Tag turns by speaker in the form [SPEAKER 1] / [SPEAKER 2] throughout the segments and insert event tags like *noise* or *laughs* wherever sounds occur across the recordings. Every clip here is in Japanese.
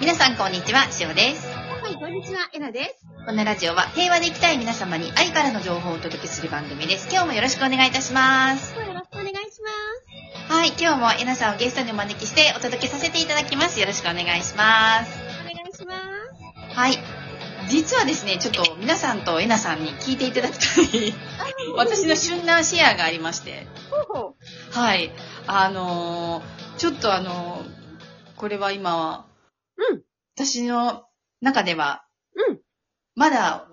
[SPEAKER 1] 皆さんこんにちは、しおです。
[SPEAKER 2] はい、こんにちは、えなです。
[SPEAKER 1] このラジオは平和で生きたい皆様に愛からの情報をお届けする番組です。今日もよろしくお願いいたします。
[SPEAKER 2] よろしくお願いします。
[SPEAKER 1] はい、今日もえなさんをゲストにお招きしてお届けさせていただきます。よろしくお願いします。
[SPEAKER 2] お願いします。
[SPEAKER 1] はい。実はですね、ちょっと皆さんとえなさんに聞いていただきたい *laughs* 私の旬なシェアがありまして。
[SPEAKER 2] ほう
[SPEAKER 1] はい。あのーちょっとあのーこれは今は、
[SPEAKER 2] うん
[SPEAKER 1] 私の中では、
[SPEAKER 2] うん
[SPEAKER 1] まだ、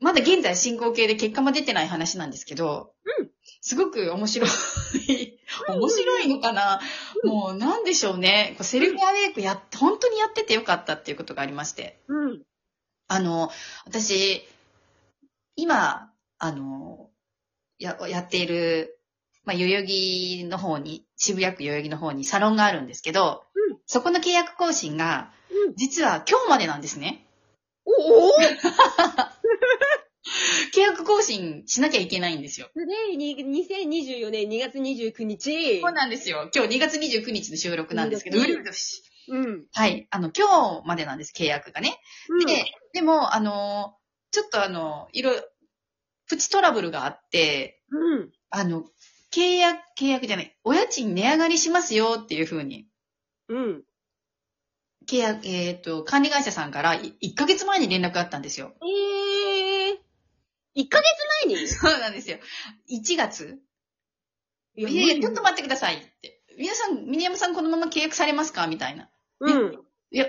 [SPEAKER 1] まだ現在進行形で結果も出てない話なんですけど、
[SPEAKER 2] うん
[SPEAKER 1] すごく面白い、面白いのかな、もうなんでしょうね。こうセルフアウェイクやっ、本当にやっててよかったっていうことがありまして。
[SPEAKER 2] うん。
[SPEAKER 1] あの、私、今、あの、や、やっている、まあ、代々木の方に、渋谷区代々木の方にサロンがあるんですけど、
[SPEAKER 2] う
[SPEAKER 1] そこの契約更新が、
[SPEAKER 2] うん。
[SPEAKER 1] 実は今日までなんですね。
[SPEAKER 2] おお
[SPEAKER 1] *laughs* 契約更新しなきゃいけないんですよ。
[SPEAKER 2] トゥデイに2024年2月29日
[SPEAKER 1] そう。なんですよ。今日2月29日の収録なんですけど、
[SPEAKER 2] う
[SPEAKER 1] うんるうるし
[SPEAKER 2] うん。
[SPEAKER 1] はい。あの、今日までなんです、契約がね。
[SPEAKER 2] うん
[SPEAKER 1] で、でも、あの、ちょっとあの、いろいろ、プチトラブルがあって、
[SPEAKER 2] うん。
[SPEAKER 1] あの、契約、契約じゃない、お家賃値上がりしますよっていうふうに、
[SPEAKER 2] うん。
[SPEAKER 1] 契約、えっ、と、管理会社さんからい1ヶ月前に連絡があったんですよ。
[SPEAKER 2] ええー。1ヶ月前に
[SPEAKER 1] そうなんですよ。1月
[SPEAKER 2] い
[SPEAKER 1] いやいや、ちょっと待ってくださいって。皆さん、ミニヤムさんこのまま契約されますかみたいな。
[SPEAKER 2] う。
[SPEAKER 1] うんいや、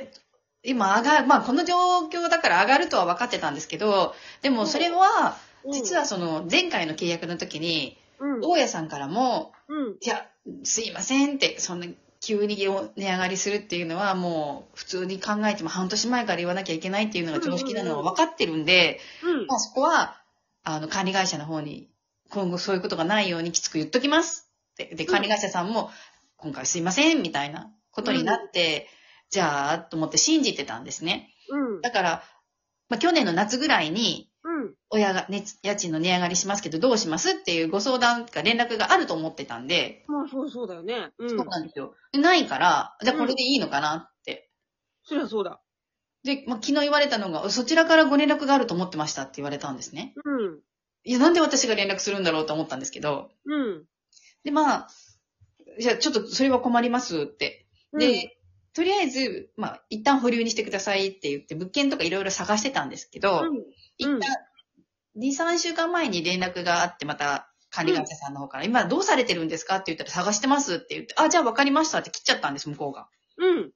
[SPEAKER 1] 今上がる、まあこの状況だから上がるとは分かってたんですけど、でもそれは、実は、その前回の契約の時に、
[SPEAKER 2] うん。
[SPEAKER 1] 大家さんからも、
[SPEAKER 2] うん。
[SPEAKER 1] いや、すいませんって、そんな急に値上がりするっていうのはもう普通に考えても半年前から言わなきゃいけないっていうのが常識なのは分かってるんで、
[SPEAKER 2] うん
[SPEAKER 1] まあそこは、あの、管理会社の方に今後そういうことがないようにきつく言っときますって。で、管理会社さんも今回すいませんみたいなことになって、じゃあ、と思って信じてたんですね。
[SPEAKER 2] うん。
[SPEAKER 1] だから、まあ去年の夏ぐらいに、
[SPEAKER 2] うん。
[SPEAKER 1] 親が、ね、家賃の値上がりしますけどどうしますっていうご相談か連絡があると思ってたんで、
[SPEAKER 2] まあ、そうそうだよね。う。
[SPEAKER 1] そうんなんですよ。でないから、じゃあこれでいいのかなって。
[SPEAKER 2] そりゃそうだ。
[SPEAKER 1] で、まあ、昨日言われたのが、そちらからご連絡があると思ってましたって言われたんですね。
[SPEAKER 2] うん。
[SPEAKER 1] いや、なんで私が連絡するんだろうと思ったんですけど。
[SPEAKER 2] うん。
[SPEAKER 1] で、まあ、じゃあちょっとそれは困りますって。で、
[SPEAKER 2] うん、
[SPEAKER 1] とりあえず、まあ、一旦保留にしてくださいって言って、物件とかいろいろ探してたんですけど、
[SPEAKER 2] うん。
[SPEAKER 1] 一旦、2、3週間前に連絡があって、また、管理会社さんの方から、今どうされてるんですかって言ったら探してますって言って、あ、じゃあわかりましたって切っちゃったんです、向こうが。
[SPEAKER 2] うん。うん。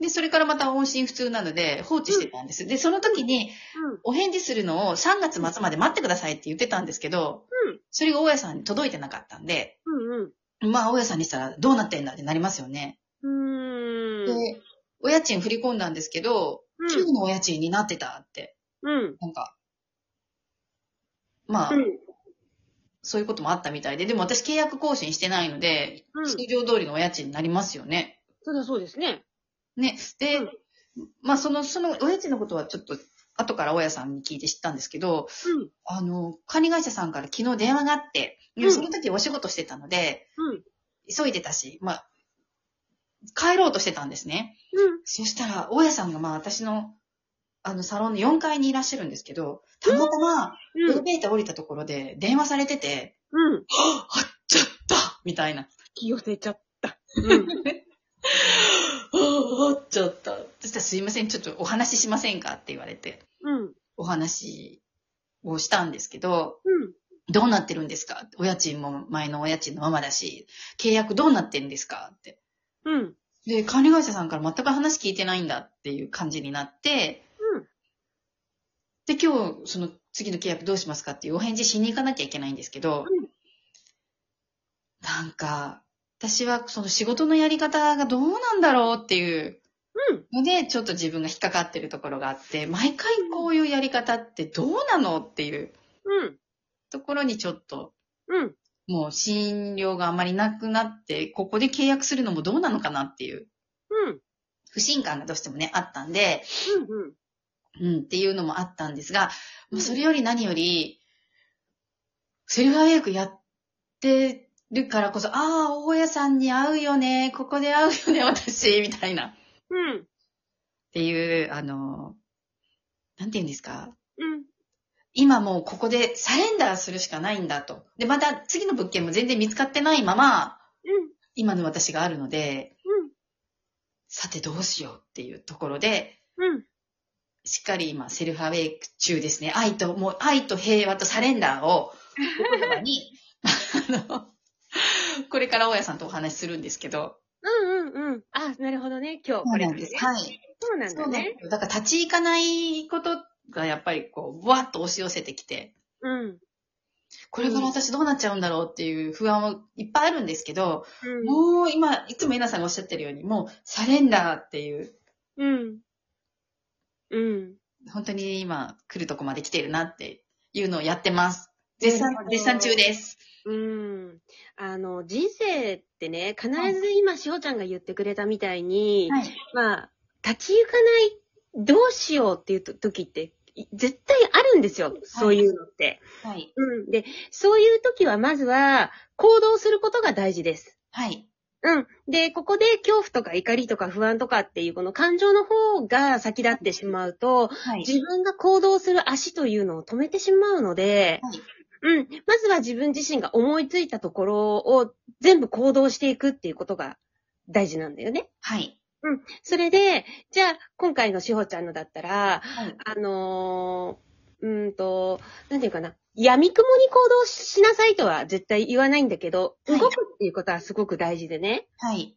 [SPEAKER 1] で、それからまた音信不通なので放置してたんです。で、その時にお返事するのを3月末まで待ってくださいって言ってたんですけど、
[SPEAKER 2] うん
[SPEAKER 1] それが大家さんに届いてなかったんで、
[SPEAKER 2] うん。うん。
[SPEAKER 1] まあ大家さんにしたらどうなってんだってなりますよね。
[SPEAKER 2] うーん。
[SPEAKER 1] で、お家賃振り込んだんですけど、旧のお家賃になってたって、
[SPEAKER 2] うん。
[SPEAKER 1] なんか、まあ、
[SPEAKER 2] うん。
[SPEAKER 1] そういうこともあったみたいで、でも私契約更新してないので、
[SPEAKER 2] うん
[SPEAKER 1] 通常通りのお家賃になりますよね。
[SPEAKER 2] そりゃそうですね。
[SPEAKER 1] ね。で、
[SPEAKER 2] うん
[SPEAKER 1] まあその、そのお家賃のことはちょっと後から大家さんに聞いて知ったんですけど、
[SPEAKER 2] うん。
[SPEAKER 1] あの、管理会社さんから昨日電話があって、いや
[SPEAKER 2] うん
[SPEAKER 1] その時お仕事してたので、
[SPEAKER 2] うん。
[SPEAKER 1] 急いでたし、まあ、帰ろうとしてたんですね。
[SPEAKER 2] うん。
[SPEAKER 1] そしたら、大家さんがまあ私の、あの、サロンの4階にいらっしゃるんですけど、たまたま、エ
[SPEAKER 2] う
[SPEAKER 1] レ
[SPEAKER 2] ん。
[SPEAKER 1] ベーター降りたところで電話されてて、
[SPEAKER 2] うん。
[SPEAKER 1] ちょっとみたいな。
[SPEAKER 2] 気を捨てちゃった。うん。
[SPEAKER 1] ああ、ちょっと。そしたらすいません、ちょっとお話ししませんかって言われて。
[SPEAKER 2] うん。
[SPEAKER 1] お話をしたんですけど、
[SPEAKER 2] うん。
[SPEAKER 1] どうなってるんですかお家賃も前のお家賃のままだし、契約どうなってるんですかって。
[SPEAKER 2] うん。
[SPEAKER 1] で、管理会社さんから全く話聞いてないんだっていう感じになって、で、今日、その次の契約どうしますかっていうお返事しに行かなきゃいけないんですけど、
[SPEAKER 2] うん
[SPEAKER 1] なんか、私はその仕事のやり方がどうなんだろうっていう
[SPEAKER 2] うん。
[SPEAKER 1] ので、ちょっと自分が引っかかってるところがあって、毎回こういうやり方ってどうなのっていう
[SPEAKER 2] うん。
[SPEAKER 1] ところにちょっと
[SPEAKER 2] うん。
[SPEAKER 1] もう診療があまりなくなって、ここで契約するのもどうなのかなっていう
[SPEAKER 2] うん。
[SPEAKER 1] 不信感がどうしてもね、あったんで、
[SPEAKER 2] うん。
[SPEAKER 1] うんっていうのもあったんですが、まあそれより何より、セルフアウェイクやってるからこそ、ああ、大家さんに会うよね、ここで会うよね、私、みたいな。
[SPEAKER 2] うん。
[SPEAKER 1] っていう、あの、なんて言うんですか。
[SPEAKER 2] うん。
[SPEAKER 1] 今もうここでサレンダーするしかないんだと。で、また次の物件も全然見つかってないまま、
[SPEAKER 2] うん。
[SPEAKER 1] 今の私があるので、
[SPEAKER 2] うん
[SPEAKER 1] さてどうしようっていうところで、
[SPEAKER 2] うん。
[SPEAKER 1] しっかり今、セルフアウェイク中ですね。愛と、もう、愛と平和とサレンダーを、言葉に、 *laughs* あの、これから大家さんとお話しするんですけど。
[SPEAKER 2] うんうんうん。あ、なるほどね。今日これからね。
[SPEAKER 1] はい。
[SPEAKER 2] そうなん
[SPEAKER 1] そ
[SPEAKER 2] だ
[SPEAKER 1] う
[SPEAKER 2] ね。
[SPEAKER 1] ね。だから立ち行かないことがやっぱりこう、わっと押し寄せてきて、
[SPEAKER 2] うん。
[SPEAKER 1] これから私どうなっちゃうんだろうっていう不安はいっぱいあるんですけど、
[SPEAKER 2] うん。
[SPEAKER 1] もう今、いつもえなさんがおっしゃってるように、もうサレンダーっていう、
[SPEAKER 2] うん。うん。
[SPEAKER 1] 本当に今来るとこまで来てるなっていうのをやってます。絶賛
[SPEAKER 2] なるほ、ど
[SPEAKER 1] 絶賛中です。
[SPEAKER 2] うん。あの、人生ってね、必ず今、しおちゃんが言ってくれたみたいに、
[SPEAKER 1] はい。
[SPEAKER 2] まあ、立ち行かない、どうしようっていうと時って、い絶対あるんですよ。そういうのって。
[SPEAKER 1] はい。
[SPEAKER 2] うん。で、そういう時は、まずは、行動することが大事です。
[SPEAKER 1] はい。
[SPEAKER 2] うん。で、ここで恐怖とか怒りとか不安とかっていうこの感情の方が先立ってしまうと、
[SPEAKER 1] はい。
[SPEAKER 2] 自分が行動する足というのを止めてしまうので、
[SPEAKER 1] はい
[SPEAKER 2] うん。まずは自分自身が思いついたところを全部行動していくっていうことが大事なんだよね。
[SPEAKER 1] はい。
[SPEAKER 2] それで、じゃあ、今回のしほちゃんのだったら、
[SPEAKER 1] はい。
[SPEAKER 2] あのー、うーんと、なんていうかな。闇雲に行動しなさいとは絶対言わないんだけど、
[SPEAKER 1] はい
[SPEAKER 2] 動くっていうことはすごく大事でね。
[SPEAKER 1] はい。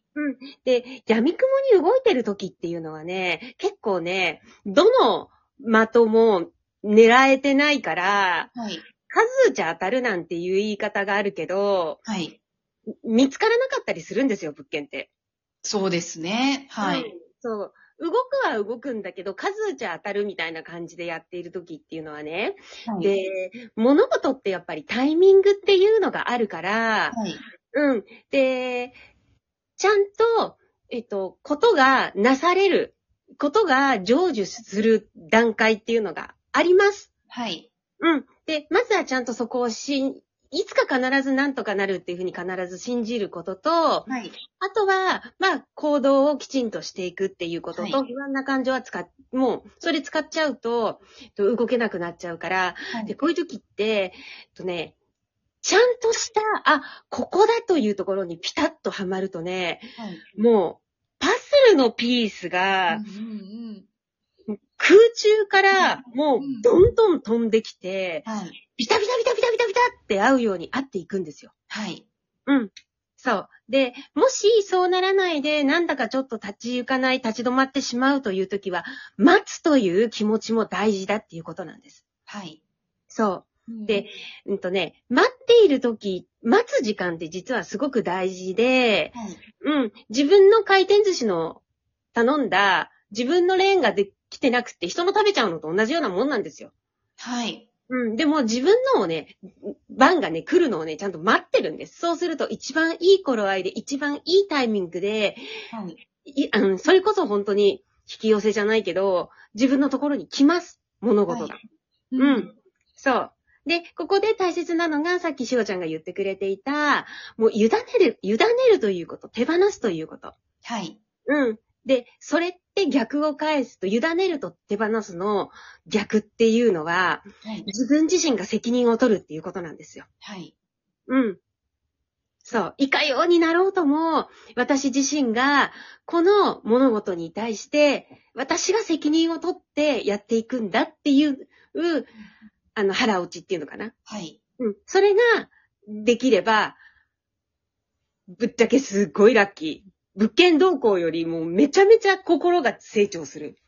[SPEAKER 2] で、闇雲に動いてる時っていうのはね、結構ね、どの的も狙えてないから、
[SPEAKER 1] はい。
[SPEAKER 2] 数じゃ当たるなんていう言い方があるけど、
[SPEAKER 1] はい。
[SPEAKER 2] 見つからなかったりするんですよ、物件って。
[SPEAKER 1] そうですね。は
[SPEAKER 2] うん
[SPEAKER 1] い。
[SPEAKER 2] そう。動くは動くんだけど、数じゃ当たるみたいな感じでやっている時っていうのはね。
[SPEAKER 1] はい。
[SPEAKER 2] で、物事ってやっぱりタイミングっていうのがあるか
[SPEAKER 1] は
[SPEAKER 2] ら、
[SPEAKER 1] い。
[SPEAKER 2] うん。で、ちゃんと、えっと、ことがなされる、ことが成就する段階っていうのがあります。
[SPEAKER 1] はい。
[SPEAKER 2] うん。で、まずはちゃんとそこをしん、いつか必ずなんとかなるっていうふうに必ず信じることと、
[SPEAKER 1] はい。
[SPEAKER 2] あとは、まあ、行動をきちんとしていくっていうことと、
[SPEAKER 1] は
[SPEAKER 2] 不安な感情は使っ、もう、それ使っちゃうと、えっと動けなくなっちゃうから、
[SPEAKER 1] はい
[SPEAKER 2] で、こういう時って、えっとね、ちゃんとした、あ、ここだというところにピタッとはまるとね、
[SPEAKER 1] はい。
[SPEAKER 2] もう、パズルのピースが
[SPEAKER 1] うんうんうん
[SPEAKER 2] 空中からもう
[SPEAKER 1] うん
[SPEAKER 2] どんどん飛んできて、
[SPEAKER 1] はい。
[SPEAKER 2] ビタビタビタビタビタビタって合うように合っていくんですよ。
[SPEAKER 1] はい。
[SPEAKER 2] そう。で、もしそうならないで、なんだかちょっと立ち行かない、立ち止まってしまうという時は、待つという気持ちも大事だっていうことなんです。
[SPEAKER 1] はい。
[SPEAKER 2] そ
[SPEAKER 1] うん
[SPEAKER 2] で、う。うんとね、待っている時、待つ時間って実はすごく大事で、
[SPEAKER 1] はい。
[SPEAKER 2] うん、自分の回転寿司の頼んだ、自分のレーンができてなくって、人の食べちゃうのと同じようなもんなんですよ。
[SPEAKER 1] はい。
[SPEAKER 2] うん、でも自分のをね、番がね、来るのをね、ちゃんと待ってるんです。そうすると一番いい頃合いで、一番いいタイミングで、
[SPEAKER 1] はい。
[SPEAKER 2] い、あの、それこそ本当に引き寄せじゃないけど、自分のところに来ます。物事が。うん。そう。で、ここで大切なのが、さっきしおちゃんが言ってくれていた、もう委ねる、委ねるということ、手放すということ。
[SPEAKER 1] はい。
[SPEAKER 2] うん。で、それって逆を返すと、委ねると手放すの逆っていうのは、
[SPEAKER 1] はい。
[SPEAKER 2] 自分自身が責任を取るっていうことなんですよ。
[SPEAKER 1] はい。
[SPEAKER 2] うん。そう。いかようになろうとも、私自身が、この物事に対して、私が責任を取ってやっていくんだっていう、あの、腹落ちっていうのかな。
[SPEAKER 1] はい。
[SPEAKER 2] うん。それが、できれば、ぶっちゃけすっごいラッキー。物件動向よりもめちゃめちゃ心が成長する。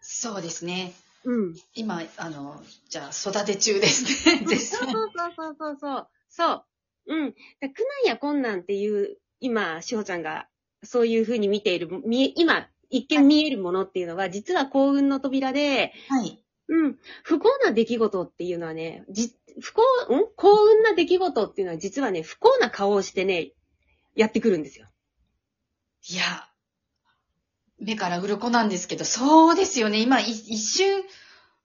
[SPEAKER 1] そうですね。
[SPEAKER 2] うん。
[SPEAKER 1] 今、あの、じゃあ、育て中です *laughs* ね。絶
[SPEAKER 2] そう
[SPEAKER 1] 賛。
[SPEAKER 2] そうそうそうそう。そう。うん。だから苦難や困難っていう、今、しほちゃんが、そういうふうに見ている、見え、今、一見見えるものっていうのは、実は幸運の扉で、
[SPEAKER 1] はい。
[SPEAKER 2] うん。不幸な出来事っていうのはね、じ、不幸、ん幸運な出来事っていうのは、実はね、不幸な顔をしてね、やってくるんですよ。
[SPEAKER 1] いや、目から鱗なんですけど、そうですよね。今、い一瞬、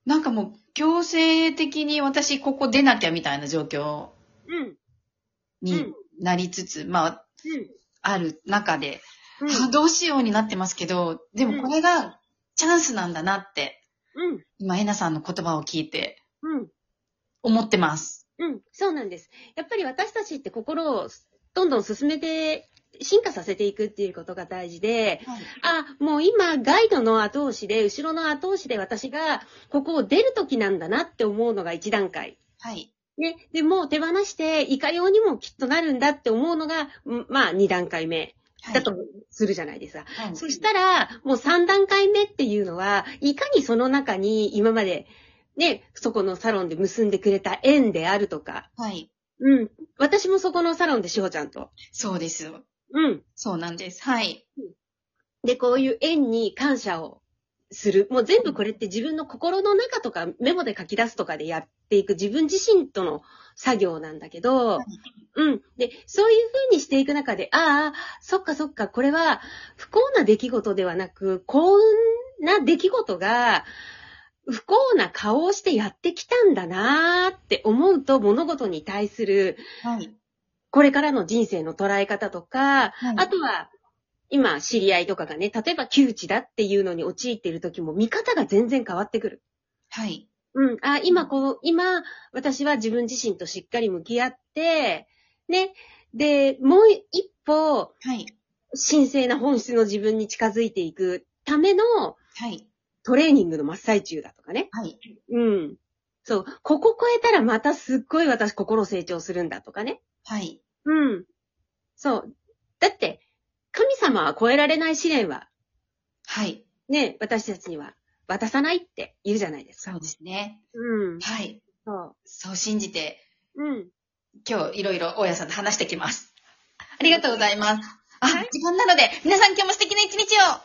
[SPEAKER 1] なんかもう、強制的に私、ここ出なきゃみたいな状況
[SPEAKER 2] うん。
[SPEAKER 1] になりつつ、まあ、
[SPEAKER 2] うん。
[SPEAKER 1] ある中で、
[SPEAKER 2] うん。
[SPEAKER 1] あどうしようになってますけど、でもこれがチャンスなんだなって、
[SPEAKER 2] うん。
[SPEAKER 1] 今、えなさんの言葉を聞いて、
[SPEAKER 2] うん。
[SPEAKER 1] 思ってます。
[SPEAKER 2] うん。そうなんです。やっぱり私たちって心をどんどん進めて、進化させていくっていうことが大事で、
[SPEAKER 1] はい。
[SPEAKER 2] あ、もう今ガイドの後押しで、後ろの後押しで私がここを出る時なんだなって思うのが一段階。
[SPEAKER 1] はい。
[SPEAKER 2] ね、でもう手放して、いかようにもきっとなるんだって思うのが、うんまあ2段階目だとするじゃないですか。
[SPEAKER 1] はい、
[SPEAKER 2] そしたら、もう3段階目っていうのは、いかにその中に今まで、ね、そこのサロンで結んでくれた縁であるとか、
[SPEAKER 1] はい。
[SPEAKER 2] うん。私もそこのサロンでしほちゃんと。
[SPEAKER 1] そうですよ。
[SPEAKER 2] うん。
[SPEAKER 1] そうなんです。はい。
[SPEAKER 2] で、こういう縁に感謝をする。もう全部これって自分の心の中とかメモで書き出すとかでやっていく自分自身との作業なんだけど
[SPEAKER 1] はい、
[SPEAKER 2] うん。で、そういう風にしていく中で、ああ、そっかそっか、これは不幸な出来事ではなく、幸運な出来事が、不幸な顔をしてやってきたんだなーって思うと物事に対する
[SPEAKER 1] はい。
[SPEAKER 2] これからの人生の捉え方とか、
[SPEAKER 1] はい
[SPEAKER 2] あとは、今、知り合いとかがね、例えば窮地だっていうのに陥っている時も、見方が全然変わってくる。
[SPEAKER 1] はい。
[SPEAKER 2] うん。あ、今こう、今、私は自分自身としっかり向き合って、ね。で、もう一歩、
[SPEAKER 1] はい。
[SPEAKER 2] 神聖な本質の自分に近づいていくための
[SPEAKER 1] はい。
[SPEAKER 2] トレーニングの真っ最中だとかね。
[SPEAKER 1] はい。
[SPEAKER 2] うん。そう。ここ超えたらまたすっごい私心成長するんだとかね。
[SPEAKER 1] はい。
[SPEAKER 2] うん。そう。だって、神様は超えられない試練は、
[SPEAKER 1] はい。
[SPEAKER 2] ね、私たちには渡さないって言うじゃないですか。
[SPEAKER 1] そうですね。
[SPEAKER 2] うん。
[SPEAKER 1] はい。
[SPEAKER 2] そ
[SPEAKER 1] そう信じて、
[SPEAKER 2] う。うん。
[SPEAKER 1] 今日いろいろ大家さんと話してきます。ありがとうございます。あ、
[SPEAKER 2] はい
[SPEAKER 1] 時間なので、皆さん今日も素敵な一日を